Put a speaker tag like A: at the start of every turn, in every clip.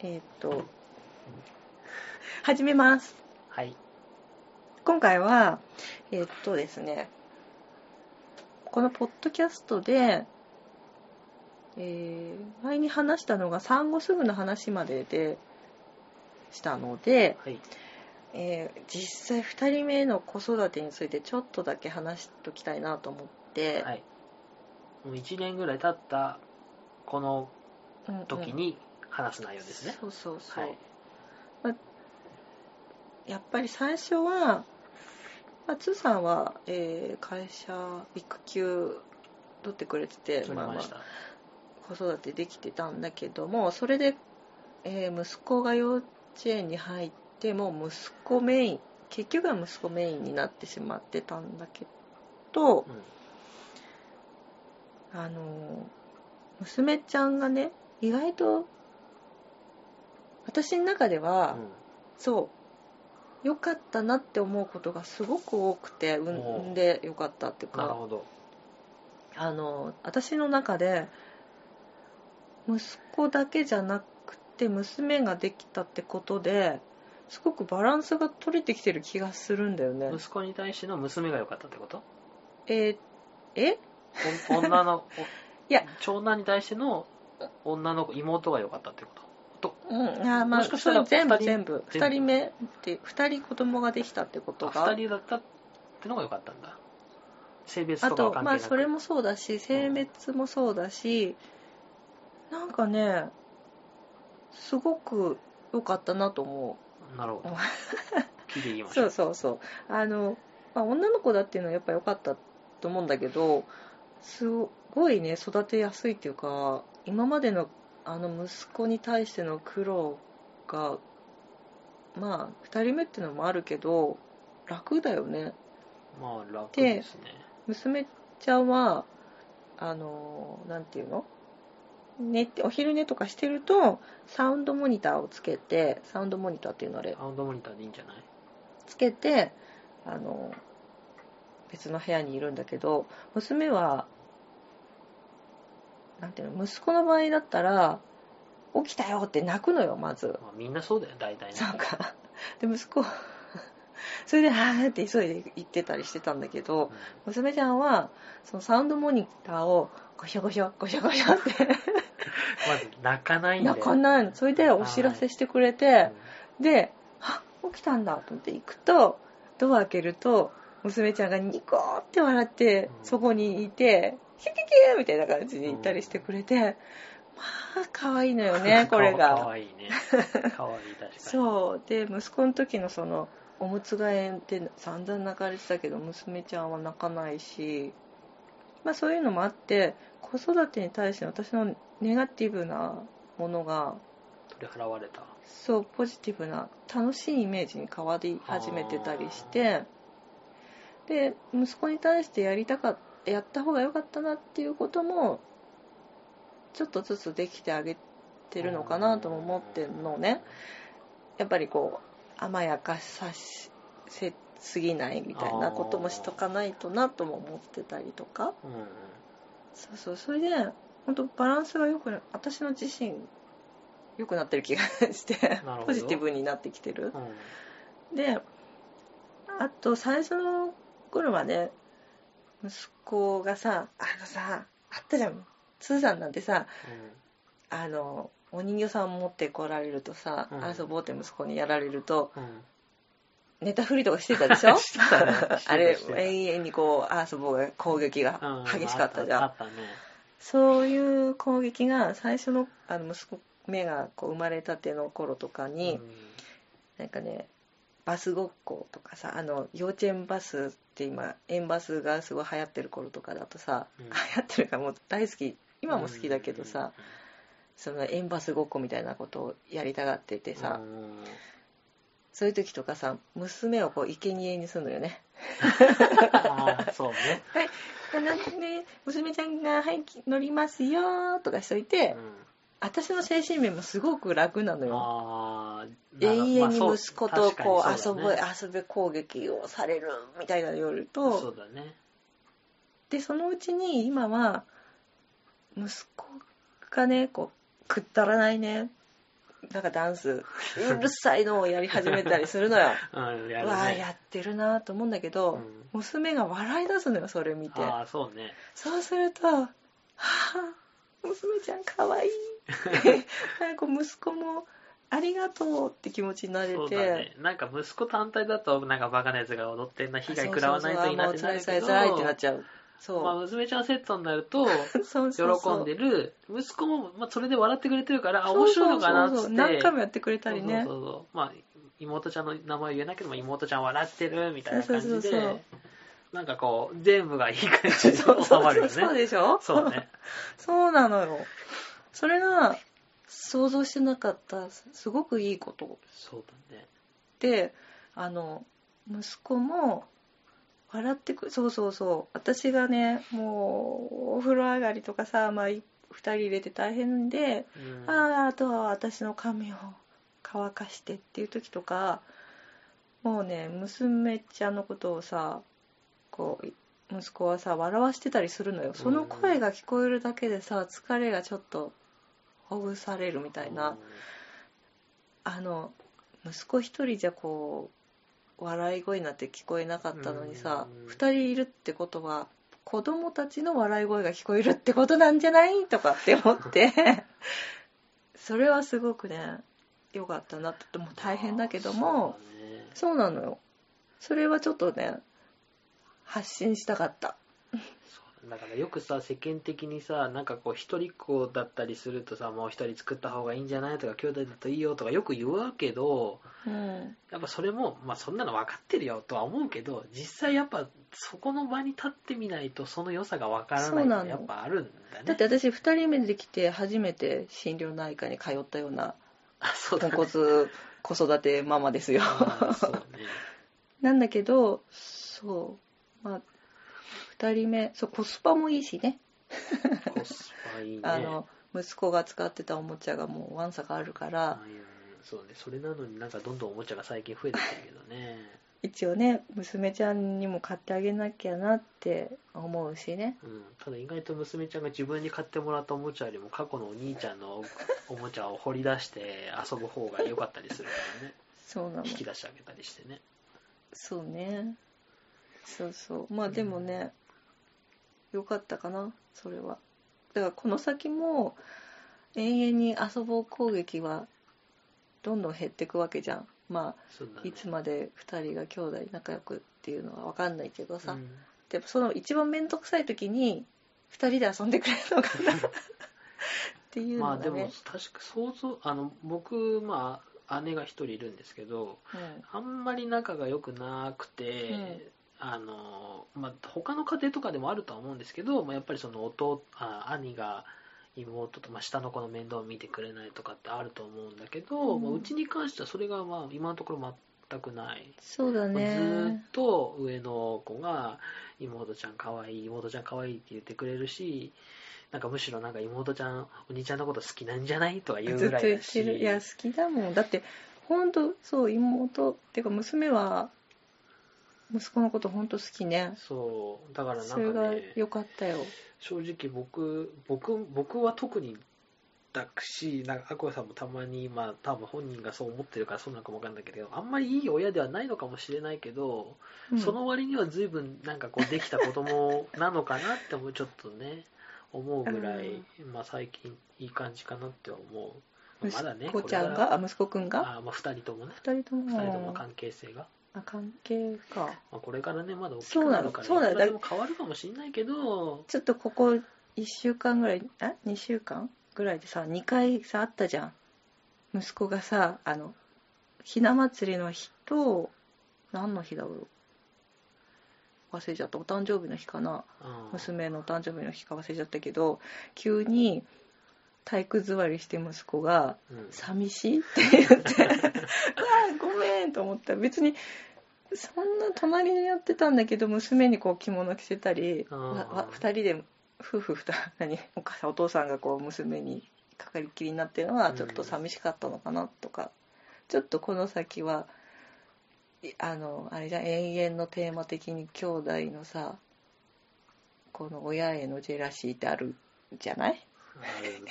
A: えーっと、始めます。
B: はい。
A: 今回は、えーっとですね、このポッドキャストで、えー前に話したのが産後すぐの話まででしたので、
B: はい。
A: えー実際2人目の子育てについてちょっとだけ話しときたいなと思って、
B: はい。もう1年ぐらい経った、この
A: うんうん
B: 時に話す内容ですね。
A: そうそうそう、
B: はい。
A: やっぱり最初は、まあ、つーさんは、えー会社育休取ってくれてて
B: 取りました。
A: 子育てできてたんだけどもそれで、えー息子が幼稚園に入ってもう息子メイン結局は息子メインになってしまってたんだけど
B: うん。
A: あのー娘ちゃんがね意外と私の中では、そう良かったなって思うことがすごく多くて産ん
B: おう
A: 産んで良かったっていう
B: うんなる
A: か
B: ほど。
A: あの私の中で息子だけじゃなくて娘ができたってことですごくバランスが取れてきてる気がするんだよね。
B: 息子に対しての娘が良かったってこと
A: えーえ
B: お女の、
A: いや、
B: 長男に対しての女の子、妹が良かったってこと
A: うん、あーまあ
B: もしかしたら
A: それ全部
B: 二人
A: 全部
B: 全部
A: 2人目って2人子供ができたってこと
B: と。
A: が
B: あ二人だったってのが良かったんだ。性別
A: あ
B: とかは
A: と
B: 関係
A: ま
B: な
A: あ
B: く。
A: それもそうだし性別もそうだし、なんかねすごく良かったなと思
B: なるほ ど。聞いていき
A: う
B: ましょ
A: そう
B: う。
A: そうそうあの、まあ、女の子だっていうのはやっぱ良かったと思うんだけどすごいね育てやすいっていうか今までのあの息子に対しての苦労がまあ2人目っていうのもあるけど楽だよね
B: まあ楽ですね。
A: 娘ちゃんはあのなんていうの寝てお昼寝とかしてるとサウンドモニターをつけてサウンドモニターっていうのあれ
B: アウンドモニターでいいんじゃない
A: つけてあの別の部屋にいるんだけど娘はなんていうの息子の場合だったら起きたよって泣くのよまず
B: まあみんなそうだよ、大体ね。
A: そうかで息子それであーって急いで行ってたりしてたんだけど
B: うん
A: 娘ちゃんはそのサウンドモニターをゴショゴショゴショゴショって
B: まず泣かないんだよ
A: 泣かないそれでお知らせしてくれてであ起きたんだと思って行くとドア開けると娘ちゃんがニコーって笑って
B: うん
A: そこにいてキュキュキュみたいな感じで行ったりしてくれてまあ可愛いのよねこれ
B: か
A: が
B: わいいね。かわいい、確かに。う。
A: そうで息子の時のそのおむつ替えって散々泣かれてたけど娘ちゃんは泣かないし、まあ、そういうのもあって子育てに対しての私のネガティブなものが
B: 取り払われた。
A: そうポジティブな楽しいイメージに変わり始めてたりしてで息子に対してやりたかっやった方が良かったなっていうこともちょっとずつできてあげてるのかなとも思ってるのね。やっぱりこう甘やかさしせすぎないみたいなこともしとかないとなとも思ってたりとか
B: うんうん。
A: そうそうそれで本当バランスが良くな私の自身良くなってる気がして
B: ほど
A: ポジティブになってきてる
B: うんうん。
A: であと最初の頃はね息子がさあのさあったじゃんつーさんなんてさあのお人形さん持ってこられるとさ、
B: うん
A: 遊ぼうって息子にやられると
B: うんうん。
A: 寝たふりとかしてたでしょ
B: してたねしてた
A: あれ
B: してた
A: 永遠にこうアースボーが攻撃
B: うん
A: が激しかったじゃん、
B: あったあったね。
A: そういう攻撃が最初のあの息子目がこう生まれたての頃とかに、
B: うん
A: なんかねバスごっことかさあの幼稚園バスって今園バスがすごい流行ってる頃とかだとさ、
B: うん
A: 流行ってるからもう大好き今も好きだけどさ、その園バスごっこみたいなことをやりたがってて
B: うん、
A: さ、
B: うん
A: そういう時とかさ娘をこう生贄にするのよね
B: ああ、そうね。
A: なんで娘ちゃんが「はい乗りますよ」とかしというて、
B: ん
A: 私の精神面もすごく楽なのよ
B: あー
A: 永
B: なる
A: 遠に
B: まあ
A: 息子とこう
B: そ
A: 遊
B: う
A: ぶ、
B: 確かに
A: 遊ぶ攻撃をされるみたいなのより
B: そう
A: と
B: だね。そうだね。
A: でそのうちに今は息子がねこうくったらないねなんかダンス、うるさいのをやり始めたりするのよ。
B: うん、 や
A: う
B: るね
A: わあ、やってるなと思うんだけど、
B: うん
A: 娘が笑い出すのよ、それ見て。
B: ああ、そうね。
A: そうすると、はあ、娘ちゃんかわいい。 なんか息子も、ありがとうって気持ちになれ
B: そう
A: て、
B: だね。なんか息子単体だと、なんかバカなやつが踊ってんな、被害食らわないといいなってな
A: そう
B: る
A: そ
B: け
A: う
B: ど、
A: そうあもう辛い辛い辛いってなっちゃう。そう。
B: まあ、娘ちゃんセットになると、
A: そう
B: 喜
A: そうそうん
B: でる、息子も、まあ、それで笑ってくれてるから、あ、
A: そう
B: 面
A: そう
B: 白い
A: そう
B: のかなっつ
A: そ
B: っ
A: う
B: て。
A: 何回もやってくれたりね
B: そうそうそうまあ、妹ちゃんの名前言えなけども、妹ちゃん笑ってるみたいな感じで、
A: そうそうそうそう
B: なんかこう、全部がいい感じで収まるよね。
A: そうでしょ
B: そうね。
A: そうなのよそれが想像してなかったすごくいいこと
B: そうだね。
A: であの息子も笑ってくそうそうそう私がねもうお風呂上がりとかさ、まあ、2人入れて大変で、
B: うん
A: あああとは私の髪を乾かしてっていう時とかもうね娘ちゃんのことをさこう息子はさ笑わしてたりするのよその声が聞こえるだけでさ疲れがちょっとほぐされるみたいなあの息子一人じゃこう笑い声なんて聞こえなかったのにさ
B: うん
A: 二人いるってことは子供たちの笑い声が聞こえるってことなんじゃないとかって思って それはすごくね良かったなってもう大変だけども
B: そうだね
A: そうなのよそれはちょっとね発信したかった
B: だからよくさ世間的にさなんかこう一人っ子だったりするとさもう一人作った方がいいんじゃないとか兄弟だといいよとかよく言うけど
A: うん
B: やっぱそれも、まあ、そんなの分かってるよとは思うけど実際やっぱそこの場に立ってみないとその良さが分から
A: そ
B: な
A: う
B: い
A: な
B: の
A: の
B: やっぱあるんだね
A: だって私二人目で来て初めて心療内科に通ったような
B: あそう
A: ポ
B: だ
A: ン
B: ね
A: コツ子育てママ ですよ
B: あそうね
A: なんだけど、そう、まあ、2人目、そう、コスパもいいしね、
B: コスパいいね
A: あの、息子が使ってたおもちゃがもうワンサがあるか
B: あ
A: ら、
B: いやそうねそれなのになんかどんどんおもちゃが最近増えてきてるけどね
A: 一応ね、娘ちゃんにも買ってあげなきゃなって思うしね。
B: うん、ただ意外と娘ちゃんが自分に買ってもらったおもちゃよりも過去のお兄ちゃんのおもちゃを掘り出して遊ぶ方が良かったりするからね
A: そうなの。
B: 引き出してあげたりしてね
A: そうね。そうそう。まあでもね、よかったかな、それは。だからこの先も、永遠に遊ぼう攻撃は、どんどん減ってくわけじゃん。まあ、
B: そうだね
A: いつまで2人が兄弟仲良くっていうのは分かんないけどさ、
B: うん
A: でもその一番面倒くさい時に2人で遊んでくれるのか なっていう
B: まあ
A: のが
B: でも
A: ね、
B: 確か想像あの僕まあ姉が一人いるんですけど
A: うん
B: あんまり仲が良くなくて、
A: うん
B: あのまあ、他の家庭とかでもあるとは思うんですけど、まあ、やっぱりその弟あ兄が妹と、まあ、下の子の面倒を見てくれないとかってあると思うんだけど、
A: うん
B: まあ、うちに関してはそれがまあ今のところ全くない。
A: そうだ
B: ずー
A: ね
B: っと上の子が妹ちゃんかわいい妹ちゃんかわいいって言ってくれるしなんかむしろなんか妹ちゃんお兄ちゃんのこと好きなんじゃないとか言う
A: ず
B: ぐ
A: っ
B: ら
A: と
B: い
A: 言っ
B: だして
A: るいや好きだもんだって本当そう妹っていうか娘は息子のこと本当好きね
B: そうだからなんか
A: それが
B: ね
A: 良かったよ
B: 正直僕僕僕は特にだしなんかアクアさんもたまにまあ多分本人がそう思ってるからそうなのかもわかんないけどあんまりいい親ではないのかもしれないけど、
A: うん
B: その割には随分なんかこうできた子供なのかなってもちょっとね思うぐらい、まあ、最近いい感じかなって思うまだね
A: 息子ちゃん
B: これ
A: があ息子くんが
B: あまあ、2人ともね
A: 2人とも
B: 2人とも関係性が、
A: あ関係か
B: まあ、これからねまだ大き
A: そう
B: く
A: な
B: な
A: の
B: るからい
A: そうなの
B: くらでも変わるかもしれないけど
A: ちょっとここ1週間ぐらいあ2週間ぐらいでさ2回さあったじゃん息子がさあのひな祭りの日と何の日だろう忘れちゃったお誕生日の日かな
B: うん
A: 娘のお誕生日の日か忘れちゃったけど急に体育座りして息子が
B: うん
A: 「寂しい?」って言って「わあごめん」と思った別にそんな隣にやってたんだけど娘にこう着物着せたり
B: あー
A: わわ二人で夫婦二人何お母さんお父さんがこう娘にかかりっきりになってるのはちょっと寂しかったのかなとか、ちょっとこの先はいあのあれじゃん永遠のテーマ的に兄弟のさこの親へのジェラシーってあるじゃない
B: ある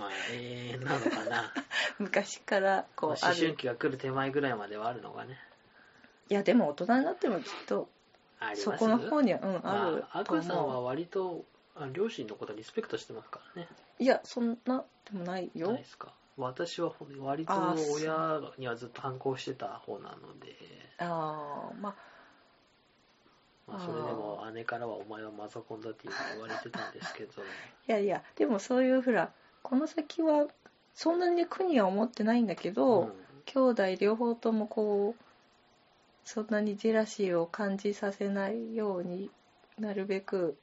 B: ま あ永遠なのかな
A: 昔からこ
B: まあ
A: うあ
B: 思
A: る
B: 春期が来る手前ぐらいまではあるのがね
A: いやでも大人になってもきっと
B: あります
A: そこの方には、うん、ある
B: まあ、ア
A: と思
B: ク
A: う、
B: さんは割とあ両親のことはリスペクトしてますからね
A: いやそんなでもないよ、
B: ないですか私はほん割と
A: あーそう
B: 親にはずっと反抗してた方なので
A: ああまあ
B: まあ、それでも姉からは「お前はマザコンだ」っていうふうに言われてたんですけど
A: いやいやでもそういうほらこの先はそんなにね苦には思ってないんだけど、
B: うん
A: 兄弟両方ともこうそんなにジェラシーを感じさせないようになるべく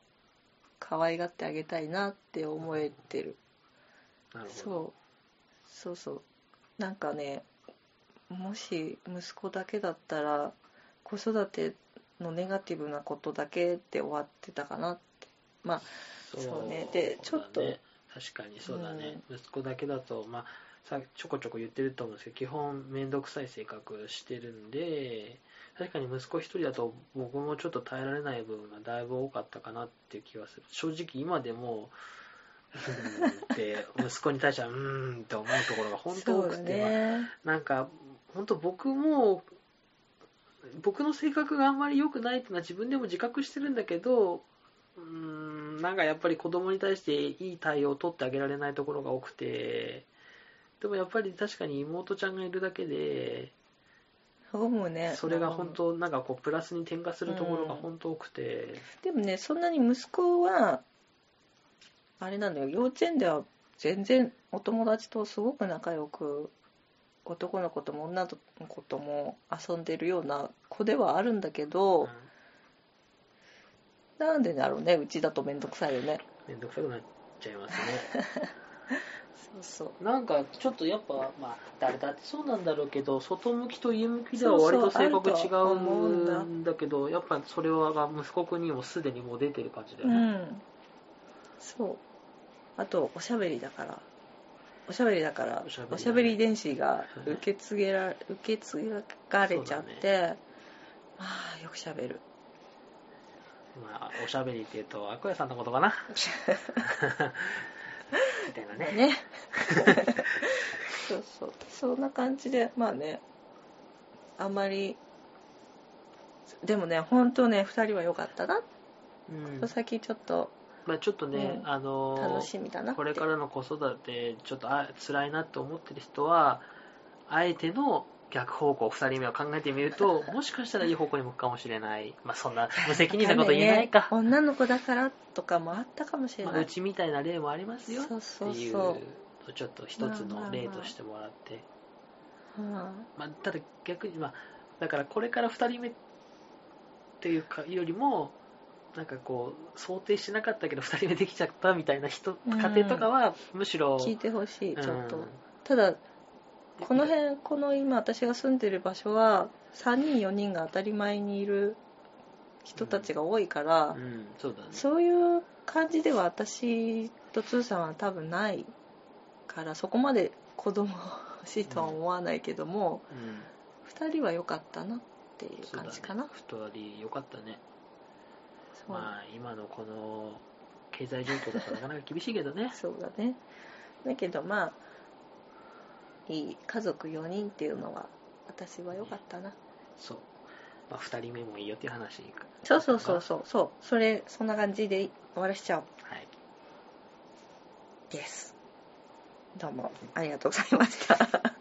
A: 可愛がってあげたいなって思えてる
B: なるほど
A: そうそうそうなんかねもし息子だけだったら子育てのネガティブなことだけで終わってたかなってまあ
B: そう
A: そうねでちょっと
B: だね確かにそうだね、息子だけだとまあさちょこちょこ言ってると思うんですけど基本面倒くさい性格してるんで確かに息子一人だと僕もちょっと耐えられない部分がだいぶ多かったかなっていう気はする正直今 でもうーんって息子に対してはうーんって思うところが本当多
A: そう
B: く
A: だ
B: て、
A: ね
B: なんか本当僕も僕の性格があんまり良くないっていうのは自分でも自覚してるんだけどうーんなんかやっぱり子供に対していい対応を取ってあげられないところが多くてでもやっぱり確かに妹ちゃんがいるだけで
A: そう思うね
B: それが本当なんかこうプラスに転化するところが本当多くて
A: でもねそんなに息子はあれなんだよ幼稚園では全然お友達とすごく仲良く男の子とも女の子とも遊んでるような子ではあるんだけど、
B: うん
A: なんでだろうねうちだと面倒くさいよね
B: 面倒くさくなっちゃいますね。
A: そうそう
B: なんかちょっとやっぱまあ誰だってそうなんだろうけど外向きと家向きでは割と性格
A: そう
B: 違
A: そうあると思うんだ
B: うんだけどやっぱそれは息子くんにもすでにもう出てる感じだよ
A: う
B: ね、
A: んそうあとおしゃべりだからおしゃべりだから
B: おしゃべりだね
A: おしゃべり遺伝子が受け継げら受け継がれちゃっ
B: そう
A: て、まあよくしゃべる
B: まあおしゃべりっていうとアクヤさんのことかな みたいなね
A: ね そうそうそんな感じでまあねあんまりでもね本当ね2人は良かったな、
B: うん
A: この先ちょっと
B: まあちょっとね、
A: うん
B: あのー
A: 楽しみだなって
B: これからの子育てちょっとあ辛いなって思ってる人はあえての逆方向2人目を考えてみるともしかしたらいい方向に向くかもしれないまあそんな無責任なこと言えないか
A: わんね女の子だからとかもあったかもしれ
B: ま
A: な
B: あ、う
A: い
B: ちみたいな例もありますよ
A: そう
B: って
A: そう
B: いう
A: そ
B: ちょっと一つの例としてもらって、
A: う、うん、
B: まあ、ただ逆に、まあ、だからこれから2人目っていうかよりもなんかこう想定しなかったけど2人目できちゃったみたいな人
A: うん
B: 家庭とかはむしろ、
A: 聞いてほしいちょっと、
B: うん
A: ただこの辺この今私が住んでる場所は3人4人が当たり前にいる人たちが多いから、
B: うん、そうだね
A: そういう感じでは私と通さんは多分ないからそこまで子供欲しいとは思わないけども、
B: うん
A: 2人は良かったなっていう感じかな
B: そうだね、2人よかったね
A: そう,、
B: まあ今のこの経済状況だとなかなか厳しいけ どね
A: そうだねだけどまあいい家族4人っていうのは私は良かったな
B: そう、まあ、2人目もいいよっていう話
A: そうそうそうそうそうそれそんな感じで終わらしちゃおう
B: はい
A: ですどうもありがとうございました